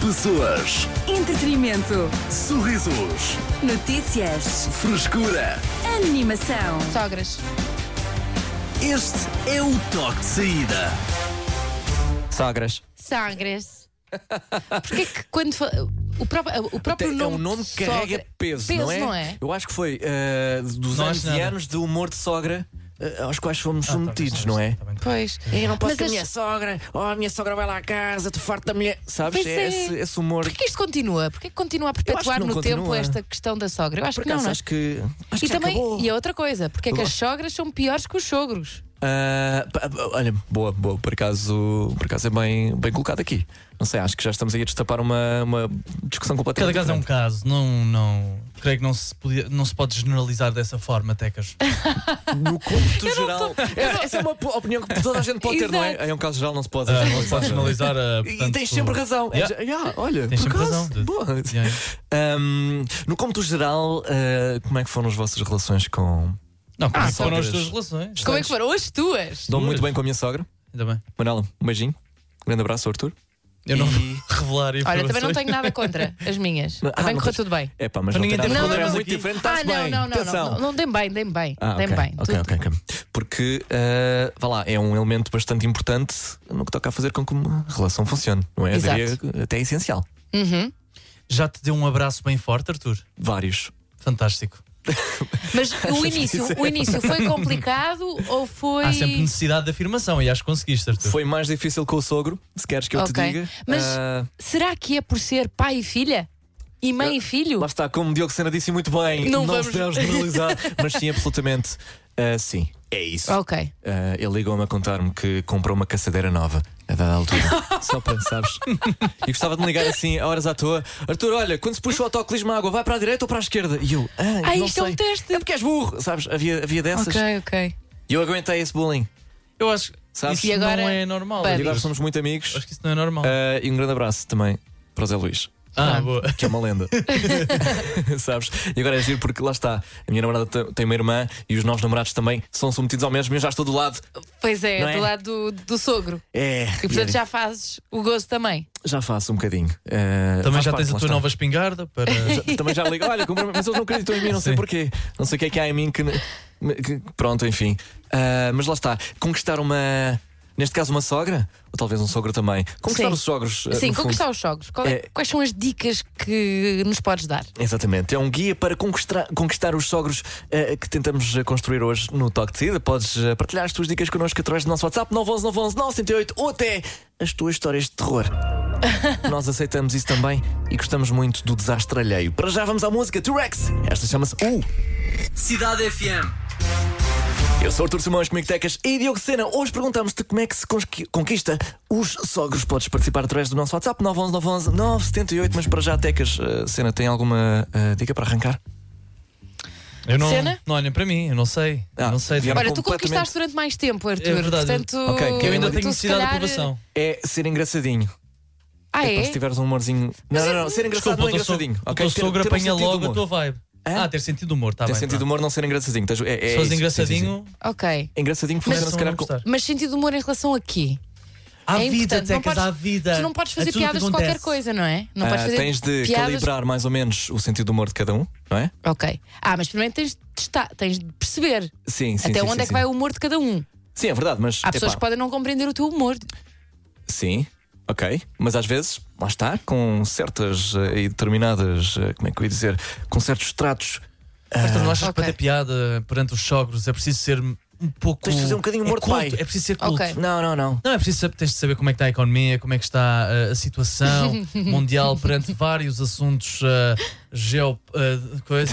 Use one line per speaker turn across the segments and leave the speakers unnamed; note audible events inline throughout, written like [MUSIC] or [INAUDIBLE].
Pessoas,
Entretenimento.
sorrisos,
Notícias.
frescura.
Animação.
Sogras.
Este é o toque de saída.
Sogras. [LAUGHS]
Sangras. Porquê que quando. fa- O próprio, o próprio
Tem-
nome.
é um nome que carrega
sogra-
peso, não, é? Eu acho que foi eh, dos
Não
anos
acho
e
nada. Ah,
anos de humor de sogra eh, aos quais fomos submetidos,
talvez, tá
não é?
talvez, talvez.
Pois. Eu não Mas as-
sogra, oh, a minha sogra vai lá à casa, tu farta da mulher. Sabes?
Pois
É,
é.
Esse, esse humor.
Porquê que isto continua? Porquê que continua a perpetuar
não
no tempo
continua.
esta questão da sogra? Eu acho
Por
que não,
acaso
não é?
acho que. Acho
E
que já
também,
acabou.
e a outra coisa, porque é que as sogras são piores que os sogros?
Ah, pa- pa- olha, boa, boa, por acaso, por acaso é bem, bem colocado aqui. Não sei, acho que já estamos aí a destapar uma, uma discussão
Cada
completamente.
caso é um
diferente.
caso, não, não creio que não se, podia- não se pode generalizar dessa forma, Tecas. um
No
[LAUGHS]
cômputo geral. Essa, essa é uma po- opinião que toda a gente pode ter, não é? É um caso geral, não se pode.
Ah,
não é?
não se pode generalizar. ah,
E
portanto,
tens sempre razão. É,
Yeah.
já- yeah, olha,
Tens
por
sempre
acaso,
razão.
Boa.
Yeah.
Um, no cômputo geral, uh, como é que foram as vossas relações com.
Não, como é que
sogras.
foram as tuas relações?
Como é que foram as tuas?
Dou-me muito bem com a minha sogra.
Ainda bem.
Manela, um beijinho. Grande abraço, Arthur.
Eu não
E-
[LAUGHS] revelar informações.
Olha, também não tenho nada contra as minhas.
[LAUGHS] Ah,
também
não
correu
tens-
tudo bem.
É pá, mas
Para
não
ninguém
tem
ter
nada a ver, é
problemas
muito
aqui.
diferente.
Ah,
Estás
não,
bem.
não, não,
Atenção.
não, não, não dê-me bem, dê-me bem.
Ah,
dê-me
ok,
bem.
ok,
Tudo-
ok, ok. Porque, uh, vá lá, é um elemento bastante importante no que toca a fazer com que uma relação funcione, não é? Eu
Exato.
diria que até é essencial.
Uhum.
Já te deu um abraço bem forte, Arthur?
Vários.
Fantástico.
[LAUGHS]
Mas o início, o início foi complicado ou foi.
Há
um
sempre necessidade de afirmação e acho que conseguiste, Arthur.
Foi mais difícil com o sogro, se queres que eu te
Ok.
diga.
Mas-
Ah,
Será que é por ser pai e filha? E mãe e filho?
Lá está, como o Diogo Sena disse muito bem,
Não
não,
vamos-
se deve generalizar, mas sim, absolutamente. Ah, sim, é isso.
Ok.
Ah, ele ligou-me a contar-me que comprou uma caçadeira nova a dada altura. [LAUGHS] Só para, sabes? E gostava de me ligar assim, a horas à toa: Arthur, olha, quando se puxa o autocolismo à água, vai para a direita ou para a esquerda? E eu, ah,
Ah,
não
isto é um
sei.
teste.
É porque és burro, sabes? Havia, havia dessas.
Ok, ok.
E eu aguentei esse bullying,
Eu acho que
sabes?
isso
E agora-
não é normal.
Buddy.
E
Arthur.
agora somos muito amigos.
Acho que isso não é normal.
Ah, e um grande abraço também para o Zé Luís.
ah,
pronto.
boa.
que é uma
[LAUGHS]
lenda. [LAUGHS] Sabes? E agora é giro porque lá está. A minha namorada te- tem uma irmã e os novos namorados também são submetidos ao mesmo e eu já estou do lado.
Pois é,
Não
do
é?
lado do, do sogro.
É.
E portanto já fazes o gozo também.
já faço um bocadinho. Eh,
Também
faz
já
parte,
tens a
lá
tua
está. [LAUGHS]
nova espingarda para.
Já- também já ligo, olha, comprei- mas eles não acreditam em mim, não sei
Sim.
porquê. Não sei o que é que há em mim que. que- pronto, enfim. Ah, mas lá está. Conquistar uma. Neste caso, uma sogra? Ou talvez um sogro também. Conquistar
Sim.
os sogros. eh,
Sim,
no fundo.
conquistar os sogros. Qual é-
É.
Quais são as dicas que nos podes dar?
Exatamente, é um guia para conquistar, conquistar os sogros eh, que tentamos eh, construir hoje no Toque de Saída. Podes eh, partilhar as tuas dicas connosco através do nosso WhatsApp 911 911 908 ou até as tuas histórias de terror. Nós aceitamos isso também e gostamos muito do desastre alheio. Para já vamos à música T-Rex. Esta chama-se U.
Cidade FM.
Eu sou Artur Simões, comigo Tecas e Diogo Sena. Hoje perguntamos-te como é que se consqui- conquista os sogros. Podes participar através do nosso WhatsApp 911 911 978. Mas para já, Tecas, eh, Sena, tem alguma eh, dica para arrancar?
Eu não,
Cena?
não olhem para mim, eu não sei.
Ah,
eu não sei.
vieram
Diana.
Olha, tu
completamente-
conquistaste durante mais tempo, Arthur.
É verdade.
Portanto,
Ok, que
eu ainda
tu,
tenho
se
necessidade
calhar-
de aprovação.
É ser engraçadinho.
Ah,
Pá, se
é?
tiveres um humorzinho. Não, não, não, ser engraçado
Desculpa,
não
o
é
teu sogro-
engraçadinho.
O
ok?
teu
Ter-
sogro
ter um
apanha
sentido de
logo a
humor.
tua vibe.
Hã?
Ah, ter sentido de humor, está
Tem
bem.
sentido de humor não ser engraçadinho. Tens- É, é
Se fosse
isso, sim, sim,
engraçadinho,
Ok.
sim. Engraçadinho funciona
começam
se
a
calhar
não
com.
gostar.
Mas sentido de humor em relação a quê?
Há
é
vida,
importante, não
Tecas,
podes-
há vida.
Tu não podes
É
fazer
tudo o que
piadas de qualquer
acontece.
coisa, não é? Não
Ah,
podes fazer
tens de
piadas.
calibrar mais ou menos o sentido de humor de cada um, não é?
Ok. Ah, mas primeiro tens de testar, tens de perceber
Sim, sim.
até
sim,
onde
sim,
é que
sim.
vai o humor de cada um.
Sim, é verdade, mas.
Há pessoas que
epá,
podem não compreender o teu humor.
Sim, ok. Mas às vezes, lá está, com certas eh, e determinadas. eh, Como é que eu ia dizer? Com certos tratos.
Mas tu não achas que
Ok.
para ter piada perante os sogros é preciso ser um pouco.
Tens de fazer um bocadinho
é
humor de
culto,
pai.
É preciso ser culto.
Ok.
Não, não, não.
Não, é preciso saber, tens de saber como é que está a economia, como é que está uh,
[LAUGHS]
a situação mundial perante vários assuntos uh, geo, uh,
[LAUGHS]
coisa-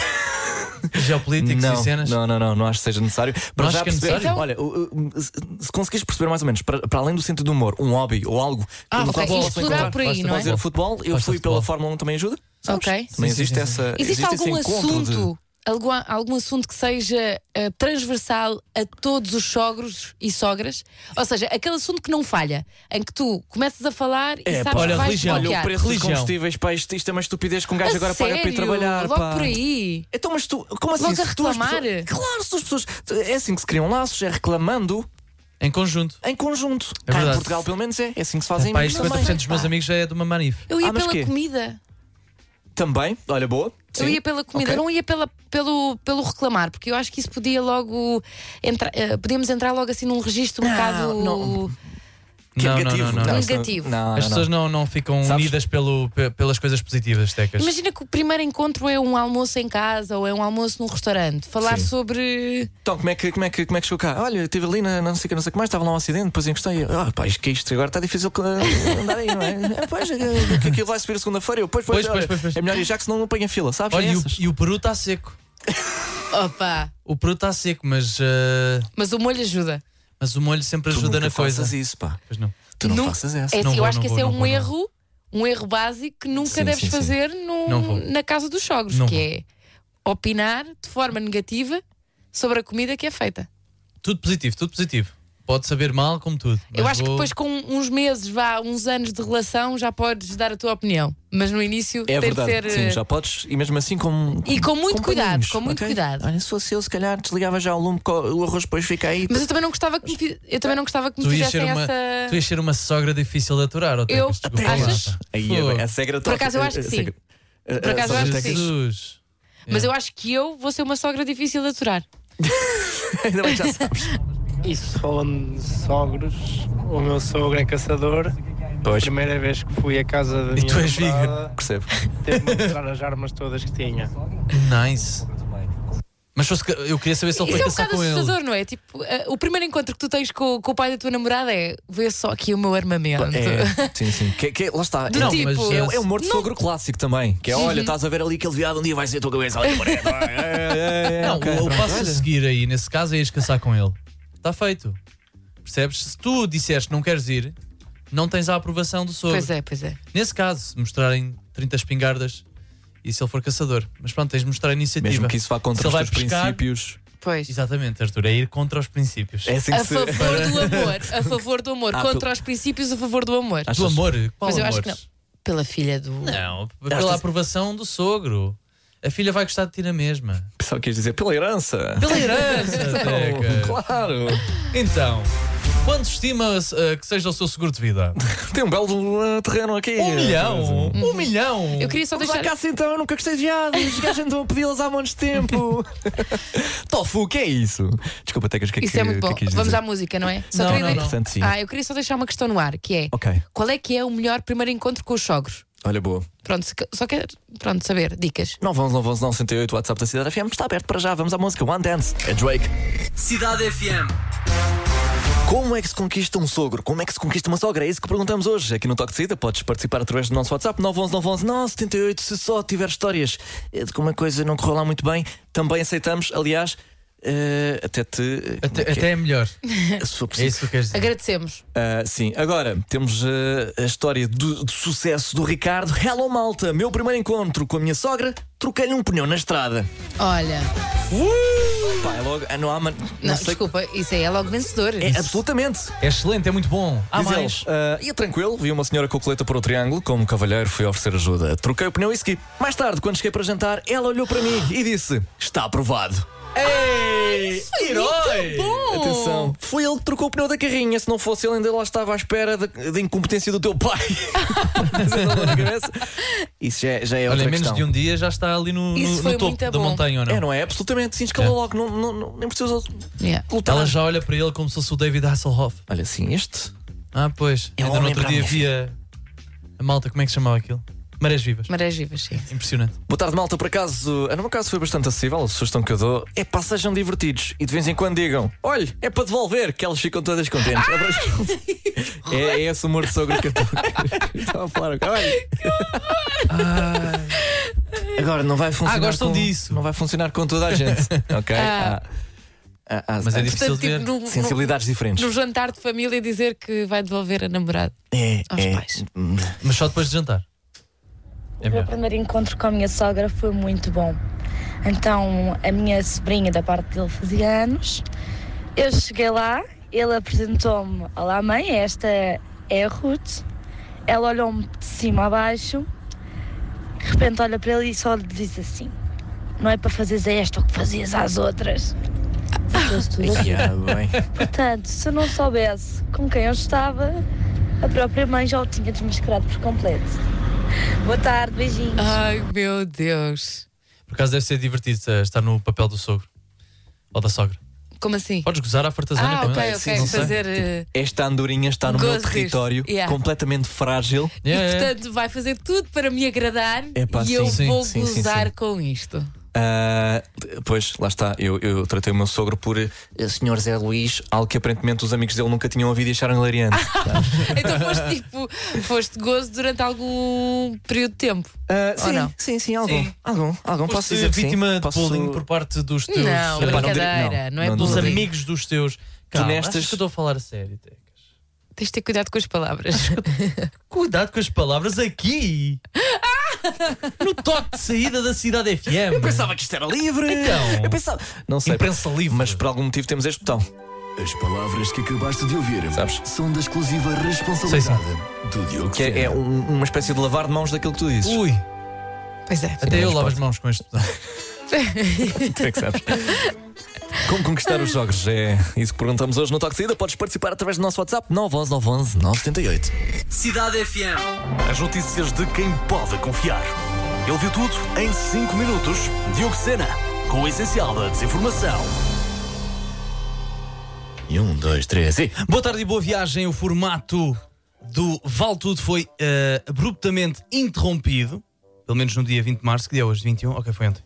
geopolíticos
não,
e cenas.
Não, não, não, não acho que seja necessário. Para
acho
já
que é
perceber,
necessário.
olha, o- o- se- se conseguires perceber mais ou menos, para, para além do sentido do humor, um hobby ou algo que
Ah,
no qual
ok,
possa
explorar
encontrar-
por aí,
basta
não é?
dizer futebol, eu
Basta
fui pela
futebol.
Fórmula 1 também ajuda. sabes?
Ok.
Também
Sim, sim,
existe
sim, sim.
essa.
Existe,
esse
algum
encontro de-
assunto, algum, algum assunto que seja eh, transversal a todos os sogros e sogras? Ou seja, aquele assunto que não falha, em que tu começas a falar e
É,
sabes
pá,
que
olha,
vais
religião,
Olha,
bloquear.
o preço dos
Religião.
combustíveis, pá, isto, isto é uma estupidez que um gajo
A
agora paga para ir
sério?
trabalhar.
Logo
pá.
por aí.
Então, mas tu, como assim?
Logo a
se tu as
reclamar?
pessoas- claro, se as pessoas. É assim que se criam laços, é reclamando.
Em conjunto.
Em conjunto. Cá
É
em
verdade.
Portugal, pelo menos, é. É assim que se fazem
Pá, e
amigos
50% dos
também.
meus amigos já é de uma manif.
Eu ia
Ah, mas
pela
quê?
comida.
Também, olha, boa.
Eu
Sim.
ia pela comida,
Ok.
não ia pela, pelo, pelo reclamar, porque eu acho que isso podia logo. Entra, eh, podíamos entrar logo assim num registro um
Não,
bocado.
não. Que é
Não, não,
negativo.
não, não. não.
isso
Negativo.
Não, não,
As pessoas não, não ficam
Sabes?
unidas pelo, pe- pelas coisas positivas, Tecas.
Imagina que o primeiro encontro é um almoço em casa ou é um almoço num restaurante. Falar
Sim.
sobre.
Então, como é que, como é que, como é que chegou cá? Olha, eu estive ali, na, não sei o que, não sei o que mais, estava lá um acidente, depois encostei. Ah, pá, isto que é isto, agora está difícil eh, andar aí, não
[LAUGHS]
é? É, Pois, é, é, que aquilo vai subir segunda-feira, eu, pois, pois,
Pois, pois,
olha,
pois, pois.
é melhor ir já que senão não apanha fila, sabes?
Olha,
É
e o,
essas.
e o peru está seco.
Opa!
O peru está seco, mas, eh,
Mas o molho ajuda.
mas o molho sempre
Tu
ajuda
nunca
na coisa.
faças isso, pá.
Pois não.
Tu não,
Nunca-
faças essa.
É assim,
Não
eu
vou,
acho que
não
esse é
vou,
um
não vou, não.
erro, um erro básico que nunca
Sim,
deves
sim, sim.
fazer num-
Não vou.
na casa dos sogros,
Não
que é opinar de forma negativa sobre a comida que é feita.
Tudo positivo, tudo positivo. Pode saber mal, como tudo.
eu
mas
acho que
vou-
depois, com uns meses, vá, uns anos de relação, já podes dar a tua opinião. Mas no início
É
tem
verdade,
de ser.
sim,
eh,
já podes, e mesmo assim com.
E com muito
paninhos,
cuidado, com muito
ok?
cuidado.
Olha, se fosse eu, se calhar desligava já o lume, co- o arroz depois fica aí.
eh, Mas eu também não gostava que me, fi- eu também não gostava que me
Tu ias, ser
fizessem
uma, tu
essa.
ias ser uma sogra difícil de aturar, ou
Eu-
Tecas? Desculpa lá,
achas?
pá.
Aí
Fogo.
é, é regra
Por acaso eu acho que sim. Por
é
acaso eu acho que sim.
Jesus.
Mas eu acho que eu vou ser uma sogra difícil de aturar.
[LAUGHS] Ainda bem que já sabes.
Isso, falando de sogros, o meu sogro é caçador.
Pois,
Primeira vez que fui à casa da
E
minha
tu és vegan.
namorada,
percebo.
teve-me a mostrar as armas todas que tinha.
Nice. Mas fosse, ca- eu queria saber se ele
Isso
foi
é um
casar
bocado
com ele.
assustador, não é? Tipo, eh, o primeiro encontro que tu tens com, com o pai da tua namorada é ver só aqui o meu armamento.
[LAUGHS] É, sim, sim. Que, que, lá está.
Do
é, um-
tipo,
mas,
é,
eh,
um- é um morto sogro clássico também. Que é, olha, estás a ver ali aquele viado, um dia vai ser a tua cabeça. Olha, Moreto, vai, é, é, é,
Não,
ok,
o- o
pronto,
passo a
olha.
seguir aí, nesse caso, é ires caçar com ele. Está feito. Percebes? Se tu disseste que não queres ir, não tens a aprovação do sogro.
Pois é, pois é.
Nesse caso, se mostrarem 30 espingardas e se ele for caçador. Mas pronto, tens de mostrar a
[LAUGHS]
iniciativa.
Mesmo que isso vá contra
Se
os
ele
teus
vai pescar-
princípios.
Pois.
Exatamente, Arthur, é ir contra os princípios.
É assim que
A
se.
favor do amor,
[LAUGHS]
a favor do amor.
Ah,
Contra
pelo-
os princípios, a favor do amor.
Achas-
Do amor? Qual
Mas eu acho
amor?
que Pela filha do.
Não, p-
Achas-
pela aprovação do sogro. A filha vai gostar de ti na mesma.
[LAUGHS] Só quis dizer, pela herança. Oh,
Pela herança,
É, [LAUGHS]
Teca.
Claro.
Então, quanto estima eh, que seja o seu seguro de vida?
Tem um belo eh, terreno aqui. é.
Um milhão? Um milhão?
Eu queria só
Vamos à
deixar.
caça então, eu nunca gostei de viados. Os gajos andam a pedi-las há montes de [LAUGHS] tempo. Tofu, o que é isso? Desculpa, Tecas, o que é que
Isso é muito
o que
bom.
quis dizer?
Vamos à música, não é? Só
Não,
queria
não,
de-
não.
Portanto, sim.
Ah, eu queria só deixar uma questão no ar, que é
Ok,
qual é que é o melhor primeiro encontro com os sogros?
olha, boa.
Pronto, se- só quero pronto, saber, dicas.
911 o WhatsApp da Cidade FM está aberto para já. Vamos à música One Dance. É Drake.
Cidade FM.
Como é que se conquista um sogro? Como é que se conquista uma sogra? É isso que perguntamos hoje. Aqui no Toque de Saída podes participar através do nosso WhatsApp 911 978 se só tiver histórias eh, de como a coisa não correu lá muito bem. Também aceitamos, aliás, eh, até te...
Até,
como é que
até é melhor.
é? Se for
É
possível.
isso que tu queres dizer.
Agradecemos.
Ah, sim, agora temos ah, a história do, do sucesso do Ricardo. Hello Malta, meu primeiro encontro com a minha sogra, troquei-lhe um pneu na estrada.
Olha,
Pá, é logo, ah, não há man...
não,
não sei-
desculpa, isso aí é logo vencedor.
É, absolutamente.
É excelente, é muito bom. Há
Diz ele,
mais.
"Ah, ia tranquilo, vi uma senhora com coleta para o triângulo, como um cavalheiro fui oferecer ajuda. Troquei o pneu e segui. Mais tarde, quando cheguei para jantar, ela olhou para mim e disse: Está aprovado.
Ei! Herói!
Bom!
Atenção, foi ele que trocou o pneu da carrinha. Se não fosse ele, ainda lá estava à espera da da incompetência do teu
[LAUGHS]
pai. Dizendo ele na cabeça. Isso já, é- já é
Olha,
outra
menos
questão.
de um dia já está ali no,
Isso
no,
foi
no topo
muito
da
bom.
montanha, ou não?
É, não é? Absolutamente, se inscalou
É.
logo, não, não, não- nem precisa
Yeah.
lutar.
Ela já olha para ele como se fosse o David Hasselhoff.
Olha, sim, este.
Ah, pois.
É um
Ainda no
homem
outro
para
dia
mim.
via a malta, como é que se chamava aquilo? Marés Vivas.
Marés vivas, sim.
Impressionante.
Boa tarde, malta. Por acaso, ah, no meu caso foi bastante acessível, a sugestão que eu dou é pá, sejam divertidos e de vez em quando digam: olha, é para devolver, que elas ficam todas contentes. Abraço. é, é esse humor de sogro que eu estou- que eu
[LAUGHS]
estava a falar. agora. Olha. Agora não vai funcionar.
gostam
com-
disso.
Não vai funcionar com toda a
[LAUGHS]
gente. ok? ah,
Ah.
Há- há- há-
Mas é
há
difícil
Portanto,
de ver.
tipo, no, no,
Sensibilidades diferentes.
no jantar de família dizer que vai devolver a namorada.
É,
aos pais.
hum,
Mas só depois de jantar. É
O meu
melhor.
primeiro encontro com a minha sogra foi muito bom. Então, a minha sobrinha da parte dele fazia anos. Eu cheguei lá, ele apresentou-me: Olá, mãe, esta é a Ruth. Ela olhou-me de cima a baixo, de repente olha para
[LAUGHS]
ele e só lhe diz assim: Não é para fazeres a esta o que fazias às outras. Fiquei aqueles tudo.
Yeah, bem.
Portanto, se eu não soubesse com quem eu estava, a própria mãe já o tinha desmascarado por completo. Boa tarde, beijinhos.
Ah,
Ai, meu Deus.
Por acaso deve ser divertido eh, estar no papel do sogro ou da sogra.
Como assim?
Podes gozar à fartazana
Ah,
é
com
ok,
ele.
ok.
Não sei.
Fazer. eh,
Esta andorinha está no meu
Gosto disto.
território,
Yeah.
completamente frágil.
Yeah,
e
yeah.
portanto vai fazer tudo para me agradar
Epá,
e
sim,
eu
sim,
vou
sim, sim,
gozar
sim.
com isto.
Ah, pois, lá está. Eu, eu tratei o meu sogro por eh, Senhor Zé Luís, algo que aparentemente os amigos dele nunca tinham ouvido e acharam hilariante.
Ah,
Então
[LAUGHS]
foste tipo, foste gozo durante algum período de tempo.
Ah,
Ou não?
sim, sim, algum.
Sim.
Algum, algum. Posso
Foste
dizer que sim.
vítima
Posso-
de bullying por parte dos teus
Não,
eh,
Epá, não digo-
brincadeira,
não,
não, é
não
dos
digo.
bullying.
amigos dos teus. Calma,
nestas-
achas que eu estou a falar a sério, Tecas.
Tens de ter cuidado com as
[LAUGHS]
palavras.
Cuidado com as palavras aqui! no toque de saída da cidade FM. Eu
Ah! Pensava que isto era livre.
Então.
Eu pensava. Não sei.
Imprensa livre.
Mas por algum motivo temos este botão.
As palavras que acabaste de ouvir
Sabes?
são da exclusiva responsabilidade do Diogo
Que é, é
Beja.
um- uma espécie de lavar de mãos daquilo que tu dizes.
Ui,
Pois é.
até eu
mas
lavo
pode.
as mãos com este botão.
[LAUGHS] Tu é que sabes. Como conquistar os jogos? É isso que perguntamos hoje no Toque de Saída. Podes participar através do nosso WhatsApp 911 978.
Cidade FM. As notícias de quem pode confiar. Ele viu tudo em 5 minutos. Diogo Sena, com o essencial da desinformação.
E um, dois, três e.
Boa tarde e boa viagem. O formato do Vale Tudo foi eh, abruptamente interrompido, pelo menos no dia 20 de março, que dia é hoje? 21? Ok, foi ontem.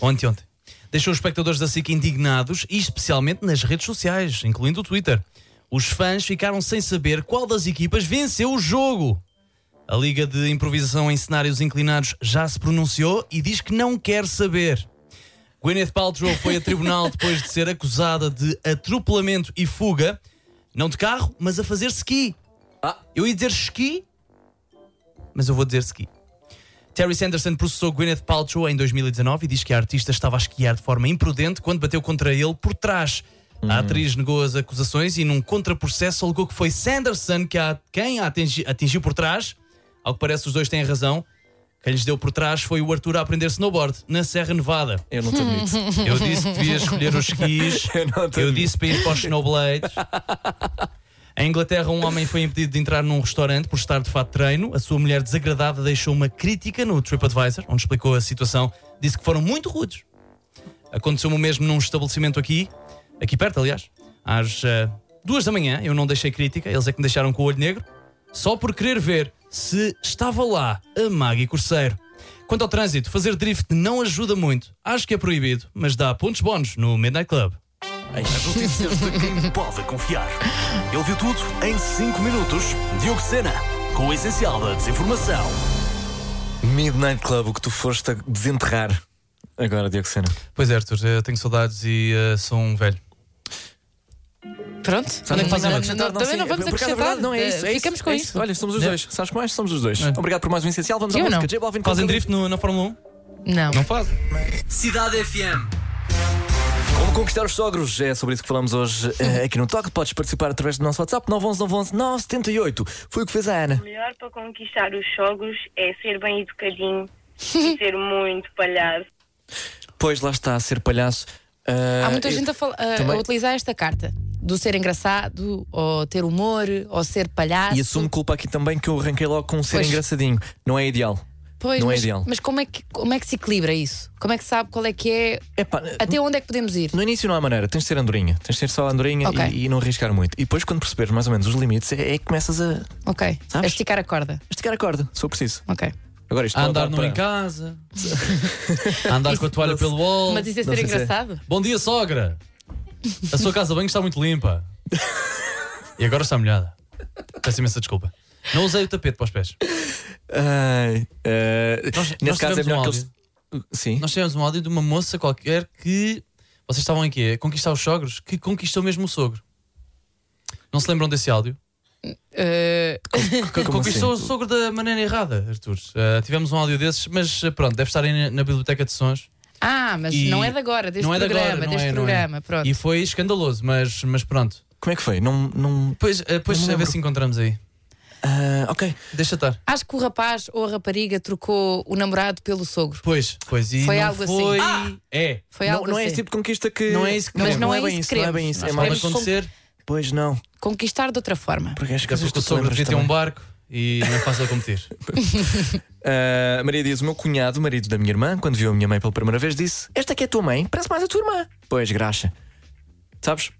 Ontem, ontem. Deixou os espectadores da SIC indignados e especialmente nas redes sociais, incluindo o Twitter. Os fãs ficaram sem saber qual das equipas venceu o jogo. A Liga de Improvisação em Cenários Inclinados já se pronunciou e diz que não quer saber. Gwyneth Paltrow foi a tribunal depois de ser acusada de atropelamento e fuga, não de carro, mas a fazer ski. Ah, eu ia dizer ski, mas eu vou dizer ski. Terry Sanderson processou Gwyneth Paltrow em 2019 e diz que a artista estava a esquiar de forma imprudente quando bateu contra ele por trás. A atriz negou as acusações e, num contraprocesso, alegou que foi Sanderson que a- quem a atingi- atingiu por trás. Ao que parece, os dois têm razão. Quem lhes deu por trás foi o Arthur a aprender snowboard na Serra Nevada.
Eu
[LAUGHS]
não te admito.
Eu disse que devias escolher os skis.
Eu não te
Eu
admito.
disse para ir para os snowblades. Em Inglaterra, um homem foi impedido de entrar num restaurante por estar de fato de treino. A sua mulher desagradada deixou uma crítica no TripAdvisor, onde explicou a situação. Disse que foram muito rudes. Aconteceu-me o mesmo num estabelecimento aqui, aqui perto, aliás, às eh, duas da manhã. Eu não deixei crítica, eles é que me deixaram com o olho negro, só por querer ver se estava lá a Maggie Corseiro. Quanto ao trânsito, fazer drift não ajuda muito. Acho que é proibido, mas dá pontos bónus no Midnight Club.
As notícias de quem pode confiar. Ele viu tudo em 5 minutos. Diogo Sena, com o essencial da desinformação.
Midnight Club, o que tu foste a desenterrar. Agora, Diogo Sena.
Pois é, Arthur, eu tenho saudades e eh, sou um velho.
Pronto.
Onde é que faz a
Não,
noite?
não, também não vamos
Por acaso, é
acrescentar.
verdade, não é isso, é
Eh,
isso,
Ficamos
é
com
isso.
isso.
Olha, somos os
Não.
dois. Sabes que mais? Somos os dois.
É.
Obrigado por mais um essencial. Vamos à
Eu
música.
não.
J Balvin com
Fazem
Calibre.
um drift no- na Fórmula 1?
Não.
Não fazem.
Cidade FM.
Como conquistar os sogros? É sobre isso que falamos hoje eh, aqui no Toque. Podes participar através do nosso WhatsApp 911 911 978. Foi o que fez a Ana.
melhor para conquistar os sogros é ser bem educadinho e ser muito palhaço.
Pois lá está, a ser palhaço.
Há muita gente a, fal- a-
eh, também-
a utilizar esta carta do ser engraçado, ou ter humor, ou ser palhaço.
E assumo culpa aqui também que eu arranquei logo com um ser
Pois.
engraçadinho. Não é ideal.
Pois,
não é
mas,
ideal.
Mas como é, que, como é que se equilibra isso? Como é que sabe qual é que é?
Epá,
Até onde é que podemos ir?
No início não há maneira, tens de ser andorinha, tens de ser só andorinha
Ok.
e, e não arriscar muito. E depois, quando perceberes mais ou menos os limites, é, é que começas a
Ok. A
Sabes?
esticar a corda.
esticar a corda, se for preciso.
Ok.
Agora isto
A
pode
andar
dar
nu
para- [LAUGHS]
em casa, a andar com a toalha pelo wall.
Mas isso é
não
ser
sei se é-
engraçado?
Bom dia, sogra! A sua casa de banho está muito limpa. E agora está molhada. Peço imensa desculpa. Não usei o tapete para os pés.
Ai, eh,
Nós-
nesse
nós
caso é
tivemos
melhor
um
que eles. Sim.
Nós tivemos um áudio de uma moça qualquer que. Vocês estavam aqui a conquistar os sogros, que conquistou mesmo o sogro. Não se lembram desse áudio?
Eh,
Que
Como
conquistou
assim?
o sogro da maneira errada, Artur. Uh, tivemos um áudio desses, mas uh, pronto, deve estar aí na, na biblioteca de sons.
ah, mas
E-
não é de agora, deste
não é de
programa,
agora, não
deste
é, não é.
programa. Pronto.
E foi escandaloso, mas, mas pronto.
Como é que foi? Não, não...
Pois, uh, pois
Não me
a ver
lembro.
se encontramos aí.
Ah, ok.
Deixa estar.
Acho que o rapaz ou a rapariga trocou o namorado pelo sogro.
Pois, pois. E
Foi
não
algo assim.
foi...
Ah!
É.
Foi
não,
algo
não é
assim.
esse tipo de conquista que.
Não é isso que
Mas
queremos.
não, é,
bem
isso que
não é
queremos.
bem isso. É
Nós
mal
Pode
queremos
acontecer.
Pois não.
con- conquistar de outra forma.
Porque acho que
Daqui a
às vezes
pouco
tu
o
te
sogro
lembras
devia ter um
também.
barco e não é fácil competir.
Ah, Maria diz: O meu cunhado, marido da minha irmã, quando viu a minha mãe pela primeira vez, disse: Esta aqui é a tua mãe, parece mais a tua irmã. Pois, graxa. Sabes?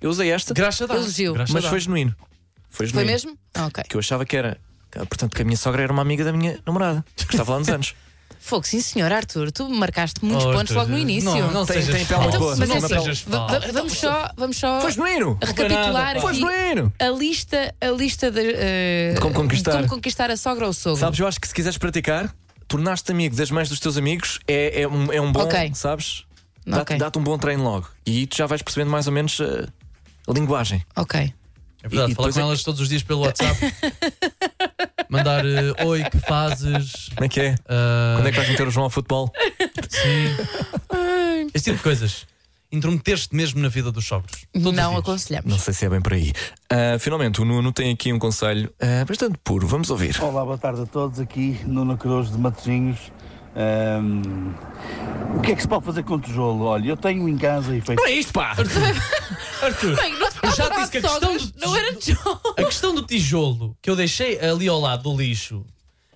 Eu usei esta,
Graxa dá.
Elogio.
Graxa
mas
dá.
foi genuíno. Foi
Foi
genuíno.
mesmo? Ah, ok.
Que eu achava que era. Portanto, que a minha sogra era uma amiga da minha namorada, que estava lá nos
[LAUGHS]
anos.
Fogo, sim, senhor Arthur. Tu marcaste muitos
Oh,
pontos
Arthur,
logo no início. Então,
Não, não
Tem-
sejas
tem pele
falso.
boa,
mas
não
é assim,
sejas
va-
falso.
va- vamos só, vamos só
Foi genuíno!
recapitular
Foi
Foi
aqui
genuíno!
a lista, a lista de, eh,
De como conquistar.
de como conquistar a sogra ou o sogro.
Sabes, eu acho que se quiseres praticar, tornaste amigo das mães dos teus amigos é, é, um, é um bom.
Ok.
Sabes? Dá-
Ok,
Dá-te um bom treino logo. E tu já vais percebendo mais ou menos eh, a linguagem.
ok.
É verdade,
E
falar
depois
com
é-
elas todos os dias pelo
[LAUGHS]
WhatsApp. Mandar eh, oi, que fazes?
Como é que
[LAUGHS]
é?
Ah,
Quando é que vais meter o João ao futebol?
Esse tipo de coisas. Intrometer-te mesmo na vida dos sogros. Todos
não
os dias.
aconselhamos.
Não sei se é bem por aí. Ah, finalmente, o Nuno tem aqui um conselho ah, bastante puro. Vamos ouvir.
Olá, boa tarde a todos. Aqui Nuno Cruz de Matosinhos. Ahm, o que é que se pode fazer com tijolo? Olha, eu tenho em casa e feito.
é isto, [LAUGHS] pá!
Arthur,
Bem, nós
Eu já
falamos
disse que a
de
questão
sogros,
do-
não era João.
a questão do tijolo que eu deixei ali ao lado do lixo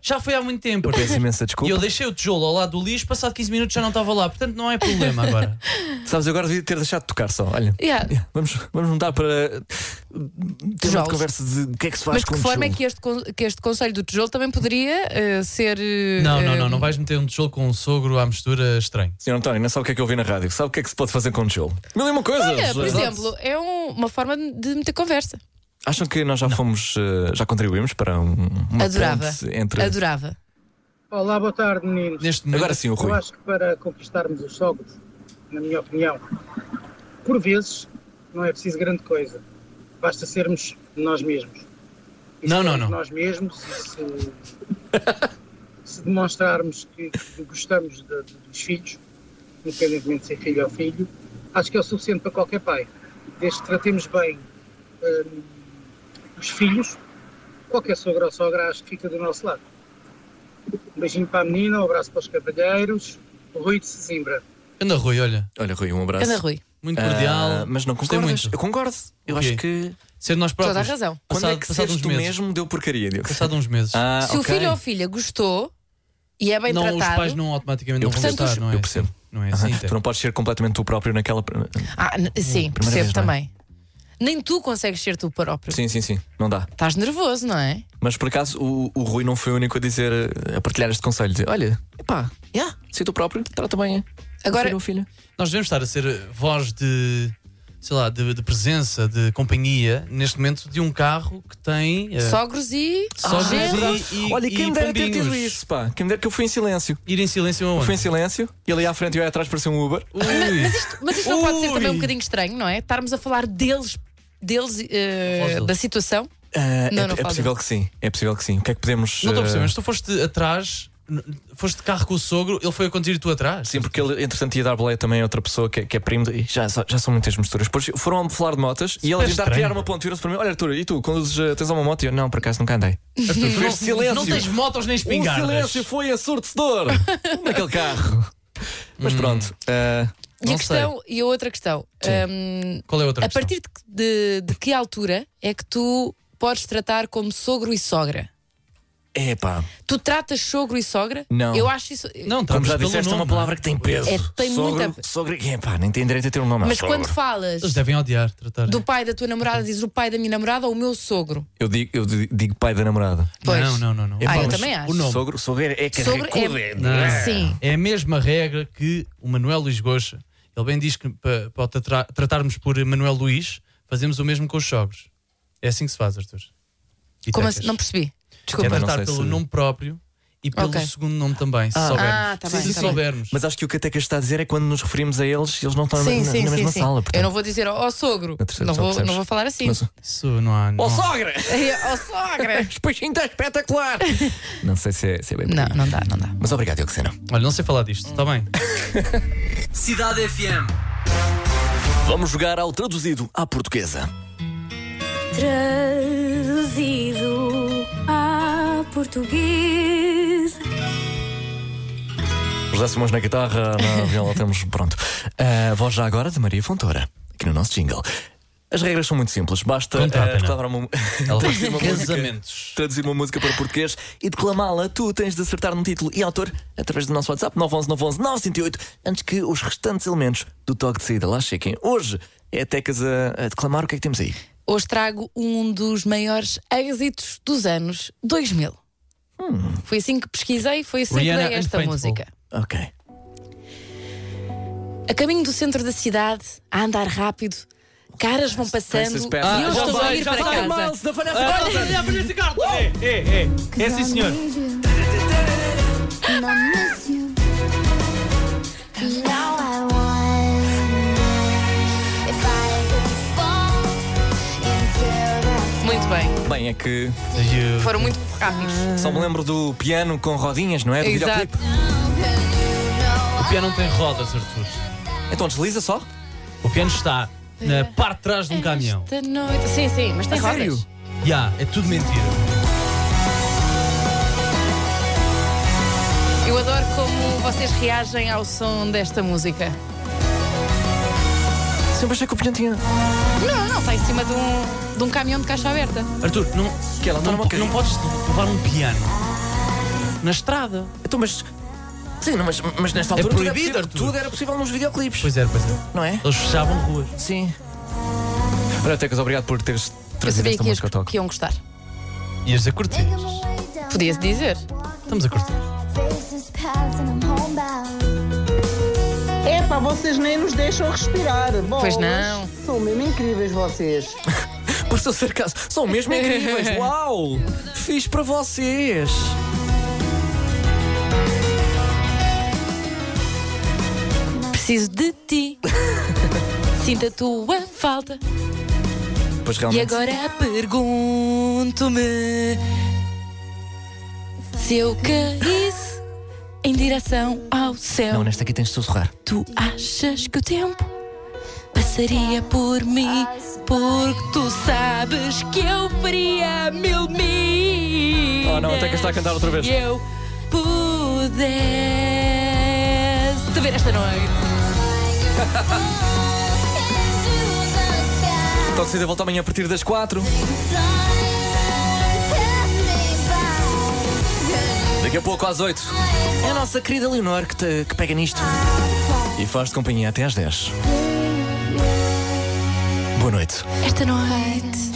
já foi há muito tempo. Arthur.
Peço imensa
E
desculpa.
eu deixei o tijolo ao lado do lixo, passado 15 minutos já não estava lá, portanto não é problema
[LAUGHS]
agora.
Sabes, eu agora devia ter deixado de tocar só. Olha.
Yeah.
Yeah, Vamos, vamos mudar para. Ter uma
Tijolos.
conversa de o que é que se faz
Mas
com
que
tijolo.
forma é que este, con- que este conselho do tijolo também poderia eh, ser. eh,
Não, não,
eh,
não, não vais meter um tijolo com um sogro à mistura estranho.
Senhor António, não sabe o que é que eu vi na rádio. Sabe o que é que se pode fazer com tijolo? Mil e uma coisas!
Olha, por
Exato.
exemplo, é um- uma forma de meter conversa.
Acham que nós já fomos, eh, já contribuímos para um, uma
Adorava.
ponte entre.
Adorava.
Olá, boa tarde, meninos.
Neste momento,
Agora sim, o Rui.
Eu acho que para conquistarmos os sogros, na minha opinião, por vezes não é preciso grande coisa. Basta sermos nós mesmos. E se
Não, não,
formos
não.
é Nós mesmos, e se, se demonstrarmos que, que gostamos de- de- dos filhos, independentemente de ser filho ou filho, acho que é o suficiente para qualquer pai. Desde que tratemos bem hum, os filhos, qualquer sogra ou sogra acho que fica do nosso lado. Um beijinho para a menina, um abraço para os cavalheiros. Rui de Sesimbra.
anda Rui, olha,
Olha, Rui, um abraço.
Ana Rui,
muito
Ah,
cordial.
mas não
gostei
concordas.
muito.
Eu concordo. Eu
O
acho
quê?
que.
Ser nós próprios.
toda a razão.
Quando
Passado,
é que
passado
seres
uns
tu
meses.
mesmo deu porcaria, Diogo?
Passado uns meses.
Ah,
Se o
ok.
filho ou filha gostou e é bem
não, os
tratado.
pais não automaticamente
Eu
não vão
percebo.
gostar, não é?
Eu percebo.
Não é
Aham.
assim,
Tu não podes ser completamente tu próprio naquela.
Ah, n- sim,
primeira
percebo
vez, não é?
também. Nem tu consegues ser tu próprio.
Sim, sim, sim. Não dá.
Estás nervoso, não é?
Mas por acaso o, o Rui não foi o único a dizer, eh, a partilhar este conselho. De, Olha, pá, yeah, se tu próprio, trata bem. eh, o
Agora-
filho ou filha.
Nós devemos estar a ser eh, voz de, sei lá, de, de presença, de companhia, neste momento, de um carro que tem. eh,
Sogros e. Ah,
sogros
genros.
e, e,
Olha,
e
quem me dera ter tido
pombinhos.
isso, pá. Quem me dera que eu fui em silêncio.
Ir em silêncio
Eu
aonde?
fui em silêncio e ali à frente e eu atrás parecia um Uber.
Ui.
Mas isto não pode ser também um
Ui.
bocadinho estranho, não é? Estarmos a falar deles, deles eh,
Voz deles.
da situação.
Ah,
Não,
é,
não
é
fala.
possível que sim. É possível que sim. O que é que podemos.
Não estou a perceber,
eh,
mas tu foste atrás, n- foste de carro com o sogro, ele foi a conduzir e tu atrás.
Sim, porque ele, entretanto, ia dar boleia também a outra pessoa que, é- que é primo. de- e Já, só- já são muitas misturas. Depois foram a falar de motas e ele a tentar
estranho.
tirar uma ponte. Virou-se para mim: Olha, Arthur, e tu, conduzes, eh, tens uma moto? E eu: Não, por acaso nunca andei.
Arthur,
Fez
não-
silêncio.
Não tens motos nem
O
espingardas.
silêncio foi ensurdecedor [LAUGHS] naquele carro. Mas pronto. eh,
e
Não
a questão, e a outra questão. hum,
Qual é a outra
a
questão?
partir de, que- de- de que altura é que tu podes tratar como sogro e sogra?
Epá,
Tu tratas sogro e sogra?
Não.
Eu acho isso.
Não,
como
tratas
já
pelo
disseste, é
nome,
uma palavra que tem peso.
É, tem
sogro,
muita-
Sogro, epá, nem tem direito a ter um nome.
Mas
sogro.
quando falas
Eles devem odiar, tratar.
do pai da tua namorada, dizes o pai da minha namorada ou o meu sogro?
Eu digo, eu di- digo pai da namorada.
Pois.
Não, não, não. não.
Ah,
Epá,
eu
mas
também acho.
o nome.
Sogro, sogro é é que
Sogro é-
recude.
Não.
Sim.
É a mesma regra que o Manuel Luís Goxa. Ele bem diz que para, tratarmos por Manuel Luís, fazemos o mesmo com os sogros. É assim que se faz, Arthur. E
Como
tecas.
assim? Não percebi.
É
Desculpa.
Também não
tratar
sei
pelo
se-
nome próprio e pelo
Ok.
segundo nome também, se
Ah.
soubermos.
Ah, tá bem,
se
tá bem.
soubermos.
Mas acho que o que a Teca está a dizer é quando nos referimos a eles, eles não estão na,
sim,
na-
sim,
na
sim,
mesma
sim.
sala.
Eu
portanto.
não vou dizer ó ó, sogro.
Na terceira
Não
pessoa,
vou, não
percebes?
vou falar assim.
Mas-
Isso não há. Não
Ó
há-
sogra!
[LAUGHS] Ó sogra!
Peixinho está espetacular! não sei se é, se é bem por
Não,
aí.
não dá, não dá.
Mas obrigado, Euxena.
Olha, não sei falar disto, está
[LAUGHS]
bem?
Cidade FM.
Vamos jogar ao traduzido à portuguesa.
Traduzido português.
José Simões na guitarra,
[LAUGHS]
na viola temos. Pronto. A voz já agora de Maria Fontoura, aqui no nosso jingle. As regras são muito simples. Basta
Contratem-na.
eh, declamar uma, [LAUGHS]
Ela
traduzir
faz
uma
casamentos.
Música, traduzir uma música para português e declamá-la. Tu tens de acertar no título e autor através do nosso WhatsApp 911 911 antes que os restantes elementos do toque de saída lá chequem. Hoje é a Tecas a, a declamar. O que é que temos aí?
Hoje trago um dos maiores êxitos dos anos 2000.
Hum.
Foi assim que pesquisei, foi assim
Rihanna
que dei
and
esta
Faithful.
música.
Ok.
A caminho do centro da cidade, a andar rápido, caras vão passando
Francis
e
Pérez.
eu
Ah, já
estou a
vai,
ir
já
para
vai,
casa.
Miles, da Vanessa
Olha,
Tá
Carter.
olha, olha, Vanessa Carter.
É, é, é. É sim, senhor.
Muito bem.
Bem, é que.
Foram muito rápidos.
Só me lembro do piano com rodinhas, não é? Do
Exato.
videoclipe.
O piano não tem rodas, Arthur.
Então desliza só.
O piano está na parte de trás de
É
um caminhão.
Da noite. Sim, sim, mas tem rodas.
Já, é tudo mentira.
Eu adoro como vocês reagem ao som desta música.
Sempre achei que o piano tinha.
Não, não, está em cima de um, de um caminhão de caixa aberta.
Arthur, não,
que ela tá
não, não podes levar um piano na estrada.
Então, mas. Sim, não, mas, mas nesta
É
altura. tudo
proibido,
possível-
Arthur.
Tudo era possível nos videoclipes.
Pois era, pois era.
Não é?
Eles fechavam ruas.
Sim. Olha, Tecas, obrigado por teres
Eu
trazido
sabia
esta
que, ias,
música ao toque.
que iam gostar.
Ias a curtir.
Podia-se dizer.
Estamos a curtir.
Epá, vocês nem nos deixam respirar.
Pois não.
São mesmo incríveis vocês.
Pareceu ser caso. São mesmo
[LAUGHS]
incríveis. Uau! Fiz para vocês.
Preciso de
[LAUGHS]
ti. Sinto a tua falta.
Pois
E
realmente.
agora pergunto-me se eu caísse em direção ao céu.
Não, nesta aqui tens de sussurrar.
Tu achas que o tempo passaria por mim? Porque tu sabes que eu faria mil milhas.
Oh, não, até que está a cantar outra vez.
E eu pudesse te ver esta noite.
Toque de saída Então volta amanhã a partir das 4. Daqui a pouco às 8. É a nossa querida Leonor que, te- que pega nisto. E faz-te companhia até às 10. Boa noite.
Esta noite.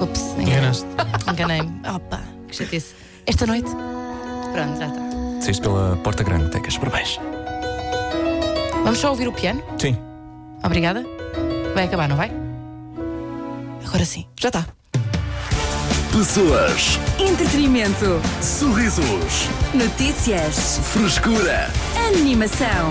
Ups, enganaste. [LAUGHS] Enganei-me. Opa, que chatice. Esta noite. Pronto, já está.
Saíste pela porta grande, Tecas. Parabéns.
Vamos só ouvir o piano?
Sim.
Obrigada. Vai acabar, não vai? Agora sim. Já está.
Pessoas,
Entretenimento.
sorrisos,
Notícias.
frescura.
Animação.